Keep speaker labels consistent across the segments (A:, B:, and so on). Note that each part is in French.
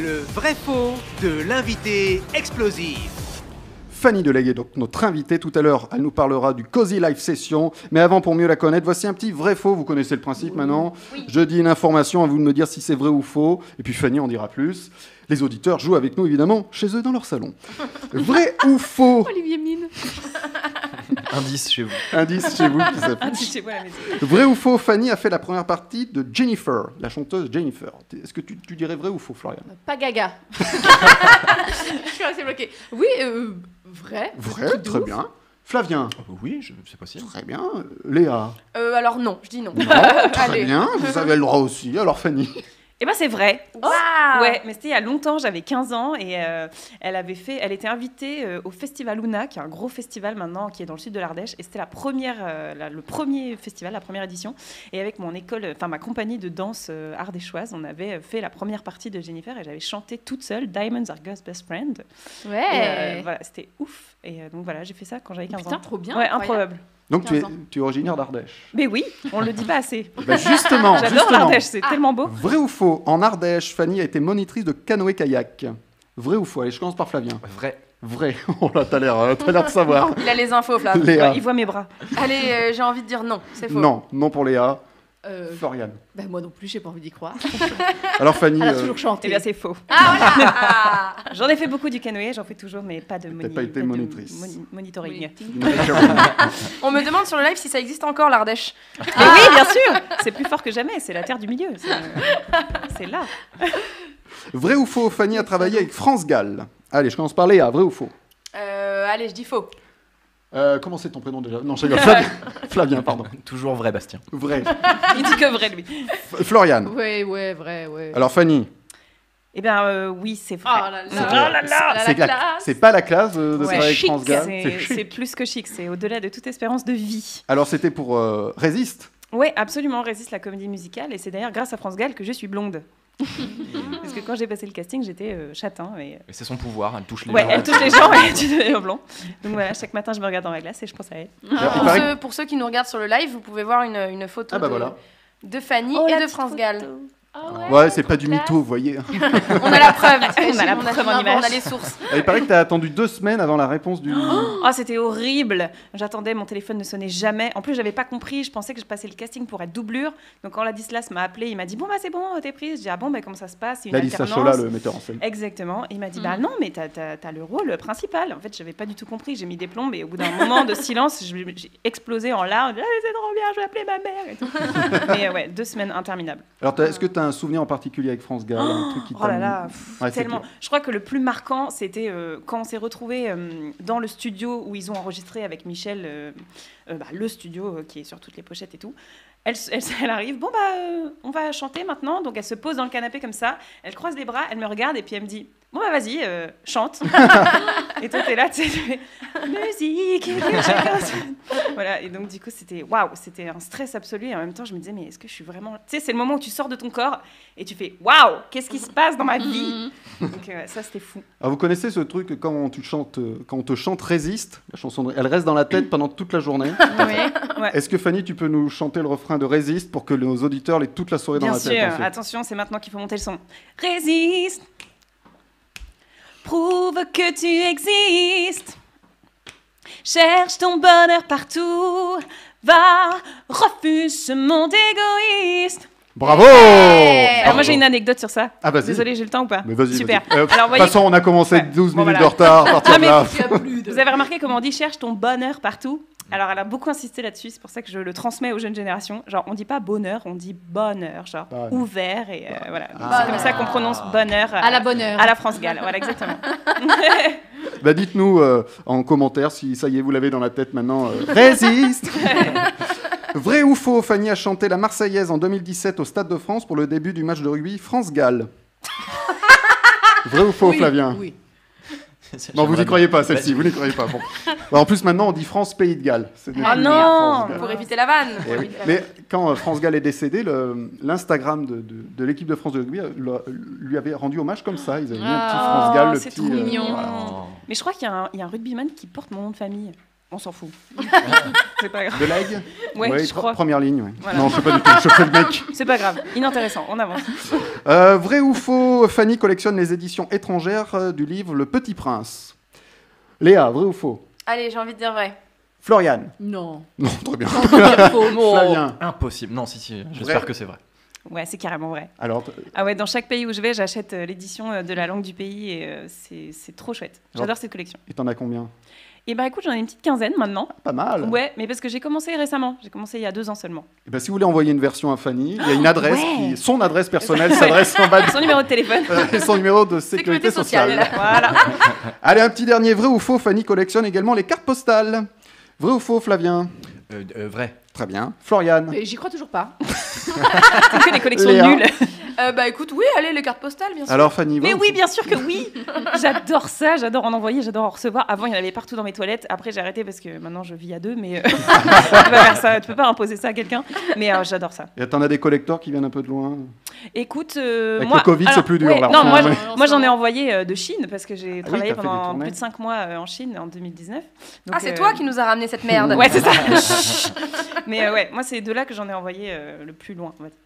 A: Le vrai faux de l'invité explosif.
B: Fanny Delegue est donc notre invitée tout à l'heure. Elle nous parlera du Cozy Life Session. Mais avant, pour mieux la connaître, voici un petit vrai-faux. Vous connaissez le principe maintenant. Je dis une information, à vous de me dire si c'est vrai ou faux. Et puis Fanny en dira plus. Les auditeurs jouent avec nous, évidemment, chez eux dans leur salon. Vrai ou faux
C: Olivier Mine.
D: Indice chez vous.
B: Indice chez vous qui s'appelle.
C: Ah, tu sais quoi la maison.
B: Vrai ou faux, Fanny a fait la première partie de Jennifer, la chanteuse Jennifer. Est-ce que tu, tu dirais vrai ou faux, Florian
C: Euh, Pas gaga. Je suis restée bloquée. Oui, euh, vrai.
B: Vrai, très bien. Oh. Flavien,
D: Oui, je- c'est possible.
B: très bien. Léa,
C: Euh, alors non, je dis non.
B: non, très
C: Allez.
B: bien. Vous avez le droit aussi. Alors Fanny,
E: Eh ben c'est vrai.
C: Oh, Waouh
E: Ouais, mais c'était il y a longtemps, j'avais 15 ans et euh, elle avait fait, elle était invitée euh, au Festival Luna, qui est un gros festival maintenant, qui est dans le sud de l'Ardèche, et c'était la première, euh, la- le premier festival, la première édition. Et avec mon école, euh, enfin ma compagnie de danse euh, ardéchoise, on avait euh, fait la première partie de Jennifer et j'avais chanté toute seule Diamonds Are Girls Best Friend. Et, euh,
C: Ouais.
E: voilà, c'était ouf. Et euh, donc voilà, j'ai fait ça quand j'avais 15
C: Putain,
E: ans.
C: trop bien.
E: ouais,
C: incroyable.
E: improbable.
B: donc tu es,
C: 15 ans.
B: tu es originaire d'Ardèche.
E: Mais oui, on le dit pas assez.
B: Eh ben, justement,
E: J'adore
B: justement.
E: l'Ardèche, c'est
C: Ah.
E: tellement beau.
B: Vrai ou faux, en Ardèche, Fanny a été monitrice de canoë-kayak. Vrai ou faux Allez, je commence par Flavien.
D: Vrai.
B: Bah, Vrai. Oh là, t'as l'air, euh, t'as l'air de savoir.
C: Il a les infos, Flav.
B: Léa.
E: Ouais, il voit mes bras.
C: Allez, euh, j'ai envie de dire non, c'est faux.
B: Non, non pour Léa.
C: Euh,
B: Florian.
C: bah, moi non plus, j'ai pas envie d'y croire.
B: Alors Fanny,
C: Elle a
B: euh,
C: toujours
E: Eh
C: chanté.
E: bien c'est faux.
C: Ah voilà Ah.
E: J'en ai fait beaucoup du canoë, j'en fais toujours, mais pas de,
B: T'as pas été
E: de
B: monitrice.
E: moni- monitoring.
C: Ah. On me demande sur le live si ça existe encore l'Ardèche.
E: Mais Ah oui, bien sûr, c'est plus fort que jamais, c'est la terre du milieu. C'est euh, c'est là.
B: vrai ou faux, Fanny a travaillé avec France Gall. Allez, je commence par Léa. Vrai ou faux
C: Euh, allez, je dis faux.
B: Euh, comment c'est ton prénom déjà Non, je rigole. Flavien. Flavien, pardon.
D: Toujours vrai, Bastien.
B: Vrai.
E: Il dit que vrai, lui.
B: F- Florian.
C: Ouais, ouais, vrai, ouais.
B: Alors Fanny,
E: Eh bien, euh, oui, c'est
C: Oh
E: vrai.
C: là là,
B: vrai.
C: là là, la
B: c'est la-
C: classe.
B: c'est pas la classe euh, de
E: Ouais.
B: travailler avec
C: Chic.
B: France Gall.
E: C'est-
B: C'est chic.
E: c'est plus que chic, c'est au-delà de toute espérance de vie.
B: Alors c'était pour euh, Résiste.
E: Ouais, absolument, on résiste la comédie musicale, et c'est d'ailleurs grâce à France Gall que je suis blonde. Parce que quand j'ai passé le casting, j'étais euh, châtain. Et...
D: Mais c'est son pouvoir, elle touche les
E: Ouais,
D: gens.
E: elle touche les gens et tu deviens blond. Donc voilà, chaque matin, je me regarde dans la glace et je pense à elle.
B: Alors, il
C: Ah, Pour
B: paraît-
C: ceux, pour ceux qui nous regardent sur le live, vous pouvez voir une, une photo
B: Ah bah
C: de,
B: voilà.
C: de Fanny
E: Oh,
C: et
E: la
C: de
E: petite
C: France Gall.
E: photo. Ah
B: Ouais, c'est pas du mytho, vous voyez.
C: On a la preuve.
E: On a la preuve en
C: on
E: image.
C: a les sources.
B: Il paraît que t'as attendu deux semaines avant la réponse du.
E: Oh, c'était horrible. J'attendais, mon téléphone ne sonnait jamais. En plus, j'avais pas compris. Je pensais que je passais le casting pour être doublure. Donc, quand Ladislas m'a appelé, il m'a dit Bon, bah, c'est bon, t'es prise. J'ai dit Ah bon, bah, comment ça se passe C'est une
B: Ladislas
E: alternance.
B: Chola, le metteur en scène.
E: Exactement. Et il m'a dit Bah, non, mais t'as as, le rôle principal. En fait, j'avais pas du tout compris. J'ai mis des plombes et au bout d'un moment de silence, je- j'ai explosé en larmes. J'ai dit, Ah, mais c'est trop bien, je vais appeler ma mère. et tout. mais euh, ouais, deux semaines interminables.
B: Alors, t'as- est-ce que tu as un souvenir en particulier avec France Gall Un truc qui
E: Oh là
B: t'a-
E: là, pff,
B: Ouais, c'est
E: tellement.
B: clair.
E: Je crois que le plus marquant, c'était euh, quand on s'est retrouvés euh, dans le studio où ils ont enregistré avec Michel, euh, euh, bah, le studio euh, qui est sur toutes les pochettes et tout. Elle, s- elle, s- elle arrive, bon bah euh, on va chanter maintenant. Donc elle se pose dans le canapé comme ça, elle croise les bras, elle me regarde et puis elle me dit, bon bah vas-y, euh, chante. et toi t'es là, tu sais, tu fais, musique. et que chacun se- voilà, et donc du coup c'était, waouh, c'était un stress absolu. Et en même temps je me disais, mais est-ce que je suis vraiment... Tu sais, c'est le moment où tu sors de ton corps et tu fais waouh, qu'est-ce qui se passe dans ma vie Donc euh, ça c'était fou.
B: Alors, vous connaissez ce truc que quand on, tu chantes, euh, quand on te chante Résiste, la chanson, de- elle reste dans la tête pendant toute la journée. Est-ce que Fanny, tu peux nous chanter le refrain de Résiste pour que nos auditeurs l'aient toute la soirée dans
E: Bien
B: la
E: sûr,
B: tête
E: attention, c'est maintenant qu'il faut monter le son. Résiste. Prouve que tu existes. Cherche ton bonheur partout. Va, refuse ce monde égoïste.
B: Bravo Ah,
E: Alors moi
B: Bravo.
E: j'ai une anecdote sur ça.
B: Ah, Eh, vas-y.
E: Désolée, j'ai le temps ou pas
B: Mais vas-y,
E: Super.
B: vas-y. Euh,
E: Alors
B: de toute
E: voyez,
B: façon, on a commencé
E: Ouais,
B: 12
E: bon,
B: minutes
E: voilà.
B: de retard. à partir
C: Ah,
E: Non,
B: de
E: mais-
B: là.
E: vous avez remarqué comment on dit cherche ton bonheur partout
B: Mm.
E: Alors elle a beaucoup insisté là-dessus, c'est pour ça que je le transmets aux jeunes générations. Genre on dit pas bonheur, on dit bonheur, genre
B: Bonheur.
E: ouvert et euh, voilà. Donc,
B: Ah.
E: C'est comme ça qu'on prononce bonheur euh,
C: À la bonne heure.
E: à la France Galles. Voilà exactement.
B: Bah, Dites-nous euh, en commentaire si ça y est, vous l'avez dans la tête maintenant. euh, Résiste Vrai ou faux, Fanny a chanté la Marseillaise en 2017 au Stade de France pour le début du match de rugby France-Galles. Vrai ou faux, Flavien
C: Oui.
B: Non, vous n'y croyez pas, celle-ci, vous n'y croyez pas. bon. Bah, en plus, maintenant, on dit France-Pays de Galles. C'est devenu
E: Ah
B: France
E: non
B: Galles.
C: Pour éviter la vanne.
B: Eh oui. Mais quand euh, France Gall est décédé, le- l'Instagram de, de- de l'équipe de France de rugby euh, le- lui avait rendu hommage comme ça. Ils avaient mis un petit
E: Ah,
B: France Gall, le
E: c'est
B: petit.
D: Oh.
E: trop mignon.
B: voilà.
E: Mais je crois qu'il y, a un- il y a un rugbyman qui porte mon nom de famille. On s'en fout. c'est pas grave.
B: De l'aigle
E: Ouais, je
B: pre-
E: crois.
B: Première ligne, ouais.
E: Voilà.
B: Non, je sais pas du tout, je fais le mec.
E: C'est pas grave. Inintéressant. On avance.
B: Euh, vrai ou faux, Fanny collectionne les éditions étrangères euh, du livre Le Petit Prince. Léa, vrai ou faux
F: Allez, j'ai envie de dire vrai.
B: Florian
C: Non.
B: Non, très bien.
C: Faux mot.
B: Flavien
D: Impossible. Non, si, si,
B: Vrai.
D: j'espère que c'est vrai.
E: Ouais, c'est carrément vrai.
B: Alors, t-
E: Ah ouais, dans chaque pays où je vais, j'achète euh, l'édition euh, de la langue du pays et euh, c'est c'est trop chouette. J'adore cette collection.
B: et t'en as combien
E: Et bah écoute, j'en ai une petite quinzaine maintenant.
B: Pas mal.
E: Ouais, mais parce que j'ai commencé récemment. J'ai commencé il y a deux ans seulement.
B: Eh ben, si vous voulez envoyer une version à Fanny, il y a une adresse,
C: ouais.
B: qui, son adresse personnelle s'adresse en bas de
E: Son numéro de téléphone.
B: euh, et son numéro de sécurité,
F: Sécurité sociale.
B: sociale.
E: voilà.
B: Allez, un petit dernier, vrai ou faux, Fanny collectionne également les cartes postales. Vrai ou faux, Flavien
D: Euh, euh, vrai.
B: Très bien. Florian
C: Mais j'y crois toujours pas.
E: C'est que des collections
B: Léa.
E: nulles.
F: Euh, bah écoute, oui, allez, les cartes postales, bien sûr.
B: Alors, Fanny, vrai
E: Mais
B: ou
E: oui,
B: faux
E: bien sûr que oui. J'adore ça. J'adore en envoyer. J'adore en recevoir. Avant, il y en avait partout dans mes toilettes. Après, j'ai arrêté parce que maintenant, je vis à deux. Mais euh, tu peux pas faire ça. Tu peux pas imposer ça à quelqu'un. Mais euh, j'adore ça.
B: Et t'en as des collecteurs qui viennent un peu de loin
E: Écoute, euh,
B: Avec
E: moi,
B: le Covid, c'est plus dur, là, en
E: Non,
B: ce
E: moi,
B: moment.
E: j'en- moi, j'en ai envoyé euh, de Chine parce que j'ai
B: Ah oui,
E: travaillé
B: t'as fait des
E: pendant
B: tournées.
E: plus de 5 mois euh, en Chine en 2019.
F: ah, c'est toi qui nous a ramené cette merde.
E: euh, Ouais, c'est ça. Mais euh, ouais, moi, c'est de là que j'en ai envoyé euh, le plus loin. on va dire.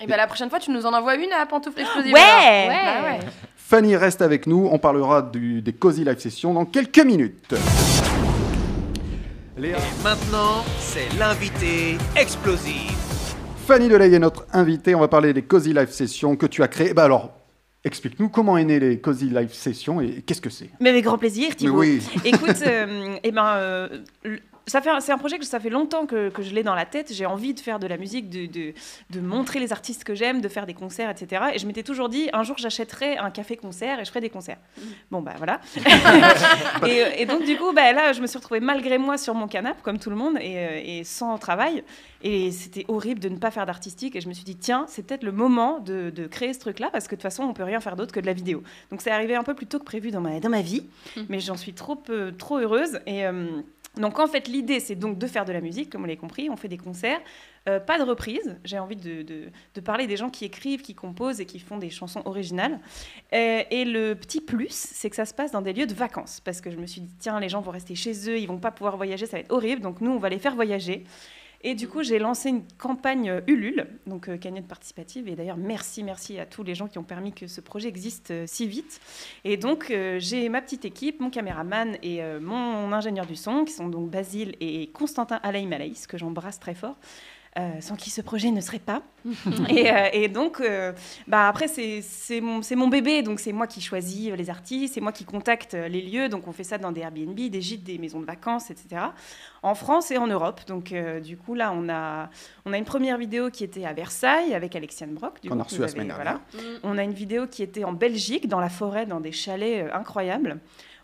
C: Eh
F: Et
C: ben,
F: bah la prochaine fois, tu nous en envoies une à pantoufle explosive.
E: Ouais.
F: alors. Bah ouais.
B: Fanny reste avec nous, on parlera du- des Cozy Live Sessions dans quelques minutes. Léa.
A: Et maintenant, c'est l'invité explosif.
B: Fanny Delay est notre invitée, on va parler des Cozy Live Sessions que tu as créées. Bah alors, explique-nous comment est né les Cozy Live Sessions et qu'est-ce que c'est
E: Mais avec grand plaisir,
B: Mais
E: Thibaut.
B: oui,
E: Écoute, euh, eh ben, euh, l- ça fait, un- c'est un projet que ça fait longtemps que, que je l'ai dans la tête. J'ai envie de faire de la musique, de, de, de montrer les artistes que j'aime, de faire des concerts, etc. Et je m'étais toujours dit, un jour, j'achèterai un café-concert et je ferai des concerts. Bon, bah voilà. et, et donc, du coup, bah, là, je me suis retrouvée malgré moi sur mon canapé, comme tout le monde, et, euh, et sans travail. Et c'était horrible de ne pas faire d'artistique. Et je me suis dit, tiens, c'est peut-être le moment de, de créer ce truc-là, parce que de toute façon, on peut rien faire d'autre que de la vidéo. Donc, c'est arrivé un peu plus tôt que prévu dans ma, dans ma vie mais j'en suis trop, peu- trop heureuse. Et euh, donc, en fait, l'idée, c'est donc de faire de la musique, comme on l'a compris. On fait des concerts, Euh, pas de reprise. J'ai envie de, de- de parler des gens qui écrivent, qui composent et qui font des chansons originales. Euh, et le petit plus, c'est que ça se passe dans des lieux de vacances, parce que je me suis dit, tiens, les gens vont rester chez eux, ils vont pas pouvoir voyager, ça va être horrible. Donc, nous, on va les faire voyager. Et du coup, j'ai lancé une campagne euh, Ulule, donc euh, cagnotte participative. Et d'ailleurs, merci, merci à tous les gens qui ont permis que ce projet existe euh, si vite. Et donc, euh, j'ai ma petite équipe, mon caméraman et euh, mon ingénieur du son, qui sont donc Basile et Constantin Alaïmalaïs, que j'embrasse très fort. euh, sans qui ce projet ne serait pas. et, euh, et donc, euh, bah après, c'est c'est mon, c'est mon bébé, donc c'est moi qui choisis euh, les artistes, c'est moi qui contacte euh, les lieux. Donc, on fait ça dans des Airbnb, des gîtes, des maisons de vacances, etc. En France et en Europe. Donc, euh, du coup, là, on a, on a une première vidéo qui était à Versailles avec Alexiane Brock. du
B: Qu'on a
E: coup,
B: reçu
E: vous
B: la
E: avez-
B: semaine dernière.
E: voilà.
C: Bah,
E: On a une vidéo qui était en Belgique, dans la forêt, dans des chalets euh, incroyables.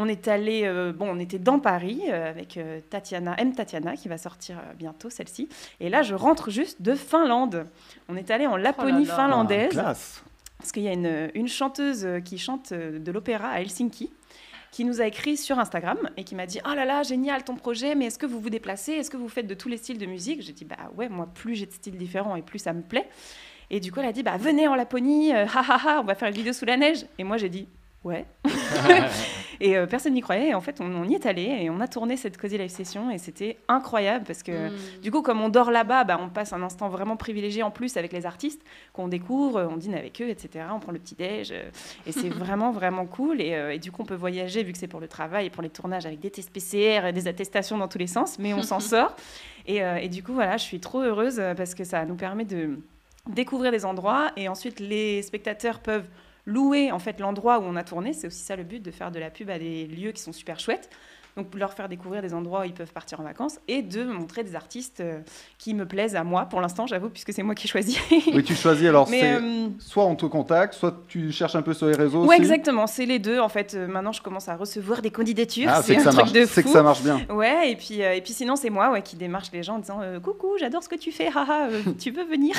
E: On est allé, euh, bon, on était dans Paris euh, avec euh, Tatiana, M. Tatiana, qui va sortir euh, bientôt celle-ci. Et là, je rentre juste de Finlande. On est allé en Laponie
F: Oh là là.
E: finlandaise,
B: Ah, classe.
E: parce qu'il y a une, une chanteuse euh, qui chante euh, de l'opéra à Helsinki, qui nous a écrit sur Instagram et qui m'a dit Oh là là, génial ton projet, mais est-ce que vous vous déplacez Est-ce que vous faites de tous les styles de musique J'ai dit Bah ouais, moi, plus j'ai de styles différents et plus ça me plaît. Et du coup, elle a dit Bah venez en Laponie, euh, ha ha ha, on va faire une vidéo sous la neige. Et moi, j'ai dit Ouais. et euh, personne n'y croyait. Et en fait, on, on y est allé et on a tourné cette Cozy Live Session et c'était incroyable parce que.
C: Mm.
E: Du coup, comme on dort là-bas, bah, on passe un instant vraiment privilégié en plus avec les artistes qu'on découvre, euh, on dîne avec eux, etc. On prend le petit-déj. euh, Et c'est vraiment, vraiment cool. Et, euh, et du coup, on peut voyager, vu que c'est pour le travail et pour les tournages, avec des tests PCR et des attestations dans tous les sens, mais on s'en sort. Et, euh, et du coup, voilà, je suis trop heureuse euh, parce que ça nous permet de découvrir des endroits et ensuite les spectateurs peuvent louer en fait l'endroit où on a tourné c'est aussi ça le but de faire de la pub à des lieux qui sont super chouettes donc leur faire découvrir des endroits où ils peuvent partir en vacances et de montrer des artistes euh, qui me plaisent à moi pour l'instant j'avoue puisque c'est moi qui choisis
B: Oui, tu choisis alors,
E: mais
B: c'est
E: euh,
B: soit on te contacte, soit tu cherches un peu sur les réseaux.
E: ouais
B: aussi.
E: exactement c'est les deux en fait Euh, maintenant je commence à recevoir des candidatures
B: Ah, c'est
E: c'est
B: que
E: un
B: ça
E: truc
B: marche.
E: de
B: C'est que
E: fou.
B: ça marche bien.
E: Ouais, et puis, euh, et puis sinon, c'est moi ouais, qui démarche les gens en disant euh, Coucou, j'adore ce que tu fais, haha, euh, tu veux venir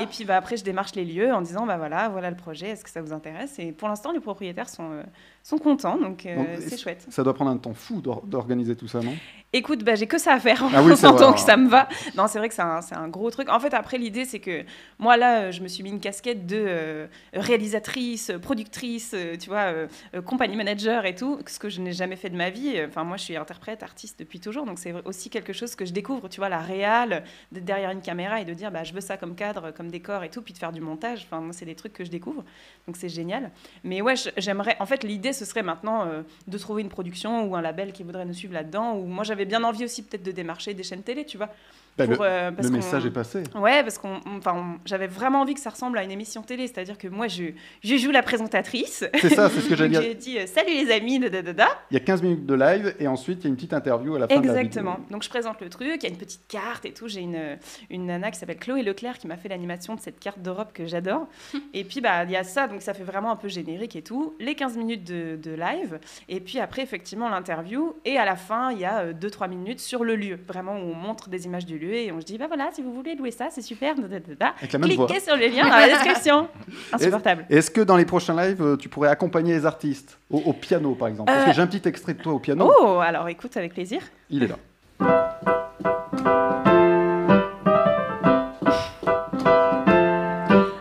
E: Et puis bah, après, je démarche les lieux en disant bah, voilà, voilà le projet, est-ce que ça vous intéresse Et pour l'instant, les propriétaires sont, euh, sont contents, donc euh,
B: Donc,
E: c'est chouette.
B: Ça doit prendre un temps fou d'or- d'organiser tout ça, non
E: Écoute, bah, j'ai que ça à faire en
B: Ah oui, ça va.
E: donc ça me va. Non, c'est vrai que c'est un, c'est un gros truc. En fait, après, l'idée, c'est que moi, là, euh, je me suis mis une casquette de euh, réalisatrice, euh, productrice, euh, tu vois, euh, euh, compagnie manager et tout, ce que je n'ai jamais fait de ma vie. Enfin, moi, je suis interprète, artiste depuis toujours, donc c'est aussi quelque chose que je découvre, tu vois, la réal, d'être derrière une caméra et de dire, bah, je veux ça comme cadre, comme décor et tout, puis de faire du montage. Enfin, moi, c'est des trucs que je découvre, donc c'est génial. Mais ouais, je- j'aimerais. En fait, l'idée, ce serait maintenant euh, de trouver une production ou un label qui voudrait nous suivre là-dedans. Ou moi, j'avais bien envie aussi peut-être de démarcher des chaînes télé, tu vois.
B: Bah, le-
E: pour, euh, parce
B: le
E: qu'on-
B: message est passé.
E: Ouais, parce qu'on, on- enfin, on- j'avais vraiment envie que ça ressemble à une émission télé, c'est-à-dire que moi, je, je joue la présentatrice.
B: C'est ça, c'est ce que j'allais
E: Donc,
B: dire.
E: J'ai dit euh, salut les amis, da, da, da, da.
B: Il y a 15 minutes de live et ensuite il y a une petite interview à la fin
E: Exactement.
B: de la vidéo.
E: Donc je présente le truc, il y a une petite carte et tout. J'ai une, une nana qui s'appelle Chloé Leclerc qui m'a fait l'animation de cette carte d'Europe que j'adore. et puis bah il y a ça, donc ça fait vraiment un peu générique et tout. Les 15 minutes de, de live et puis après effectivement l'interview et à la fin il y a 2-3 minutes sur le lieu, vraiment où on montre des images du lieu et on se dit bah voilà si vous voulez louer ça c'est super, da, da, da, da.
B: Avec la même voix.
E: Cliquez sur le lien dans la description. Insupportable.
B: Est-ce que dans les prochains lives, euh, tu pourrais accompagner les artistes au, au piano, par exemple Parce que
E: Euh.
B: j'ai un petit extrait de toi au piano.
E: Oh alors écoute avec plaisir.
B: Il est là.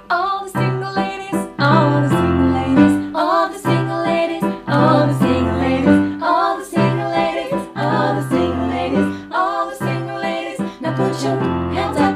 G: All the single ladies, all the single ladies, all the single ladies, all the single ladies, all the single ladies, all the single ladies, all the single ladies. Now put your hands up,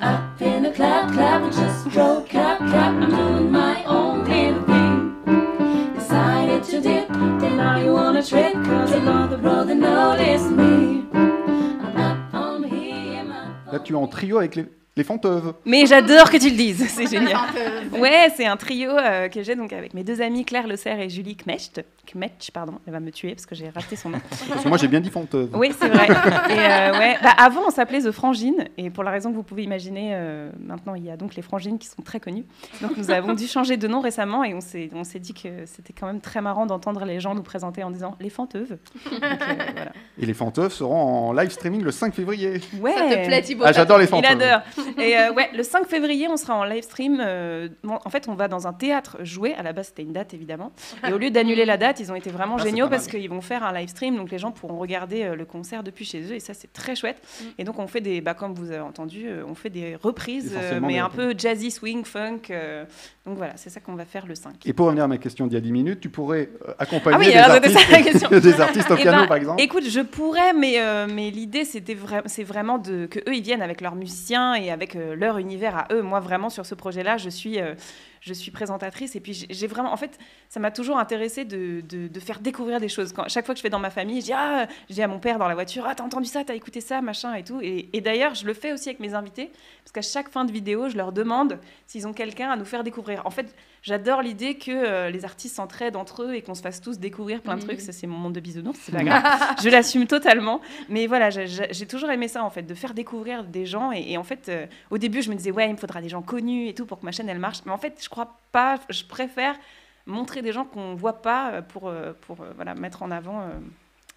G: up in the clap, clap, and just roll, clap, clap. I'm doing my own little thing. Decided to dip, then now you wanna trip, cause another brother noticed me. I'm up on him, up
B: Là, tu es en trio avec les, les fanteuves.
E: Mais j'adore que tu le dises, c'est génial.
C: Enfin, euh,
E: Ouais, c'est un trio euh, que j'ai donc avec mes deux amies Claire Le Serre et Julie Kmecht. Kmecht, pardon, elle va me tuer parce que j'ai raté son nom.
B: Parce que moi, j'ai bien dit fanteuve.
E: Oui, c'est vrai. Et euh, ouais, bah, avant, on s'appelait The Frangines et pour la raison que vous pouvez imaginer, euh, maintenant il y a donc les Frangines qui sont très connues. Donc nous avons dû changer de nom récemment et on s'est on s'est dit que c'était quand même très marrant d'entendre les gens nous présenter en disant les fanteuves. Donc, euh, voilà.
B: Et les fanteuves seront en live streaming le 5 février.
E: Ouais.
C: Ça te plaît, Thibaut
B: Ah, j'adore les
E: Il
B: fanteuves.
E: adore. Et euh, ouais, le 5 février, on sera en live stream. euh, bon, en fait, on va dans un théâtre jouer. À la base, c'était une date, évidemment. Et au lieu d'annuler la date, ils ont été vraiment
B: Ah, c'est
E: géniaux
B: pas mal.
E: parce qu'ils vont faire un live stream. Donc, les gens pourront regarder euh, le concert depuis chez eux. Et ça, c'est très chouette.
C: Mm.
E: Et donc, on fait des, bah, comme vous avez entendu, euh, on fait des reprises, euh,
B: Essentiellement
E: mais
B: des
E: un
B: reprises.
E: peu jazzy, swing, funk. euh, donc, voilà, c'est ça qu'on va faire le 5.
B: Et pour revenir à ma question d'il y a 10 minutes, tu pourrais euh, accompagner
E: Ah oui,
B: des,
E: alors, c'était
B: artistes,
E: ça la question.
B: des artistes au
E: Eh
B: piano,
E: ben,
B: par exemple.
E: Écoute, je pourrais, mais, euh, mais l'idée, c'était vra- c'est vraiment de, que eux, ils viennent avec leurs musiciens et avec euh, leur univers à eux. Moi, vraiment, sur ce projet-là, je suis, euh, je suis présentatrice. Et puis, j'ai- j'ai vraiment. En fait, ça m'a toujours intéressée de, de- de faire découvrir des choses. Quand, chaque fois que je fais dans ma famille, je dis, ah, je dis à mon père dans la voiture, ah, t'as entendu ça, t'as écouté ça, machin et tout. Et, et d'ailleurs, je le fais aussi avec mes invités, parce qu'à chaque fin de vidéo, je leur demande s'ils ont quelqu'un à nous faire découvrir. En fait, J'adore l'idée que euh, les artistes s'entraident entre eux et qu'on se fasse tous découvrir plein de
C: Mhm.
E: trucs. Ça, c'est mon monde de bisounours, c'est pas grave. Je l'assume totalement. Mais voilà, j'ai- j'ai j'ai toujours aimé ça, en fait, de faire découvrir des gens. Et, et en fait, euh, au début, je me disais, ouais, il me faudra des gens connus et tout pour que ma chaîne, elle marche. Mais en fait, je crois pas, je préfère montrer des gens qu'on voit pas euh, pour, euh, pour euh, voilà, mettre en avant euh,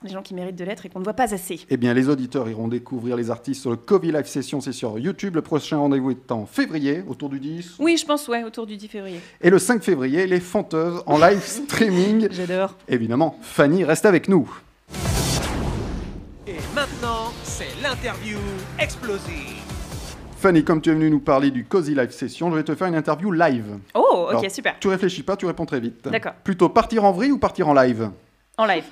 E: les gens qui méritent de l'être et qu'on ne voit pas assez.
B: Eh bien, les auditeurs iront découvrir les artistes sur le Covid Live Session, c'est sur YouTube. Le prochain rendez-vous est en février, autour du 10.
E: Oui, je pense, ouais, autour du 10 février.
B: Et le 5 février, les fanteuses en live streaming.
E: J'adore.
B: Évidemment, Fanny reste avec nous.
A: Et maintenant, c'est l'interview explosive.
B: Fanny, comme tu es venue nous parler du Cozy Live Session, je vais te faire une interview live.
E: Oh, ok,
B: Alors,
E: super.
B: Tu réfléchis pas, tu réponds très vite.
E: D'accord.
B: Plutôt partir en vrille ou partir en live
E: En live.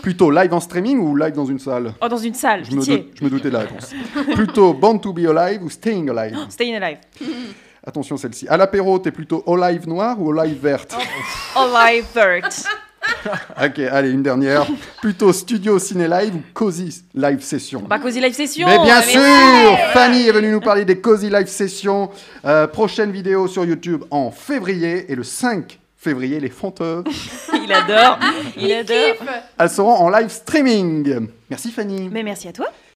B: Plutôt live en streaming ou live dans une salle
E: Oh, dans une salle,
B: je me,
E: pitié.
B: doute- je me doutais de la réponse. Plutôt Born to be alive ou staying alive
E: Stay in alive.
B: Attention celle-ci. À l'apéro, t'es plutôt alive noire ou alive
E: Oh.
B: verte
E: Alive Vert.
B: Ok, allez, une dernière. Plutôt studio ciné live ou cozy live session
E: Bah, Cozy Live Session
B: Mais bien
E: mais-
B: sûr, Fanny est venue nous parler des Cozy Live Sessions. Euh, prochaine vidéo sur YouTube en février et le 5 février, les fanteuves.
E: Il adore Il adore
B: Elles seront en live streaming. Merci Fanny.
E: Mais merci à toi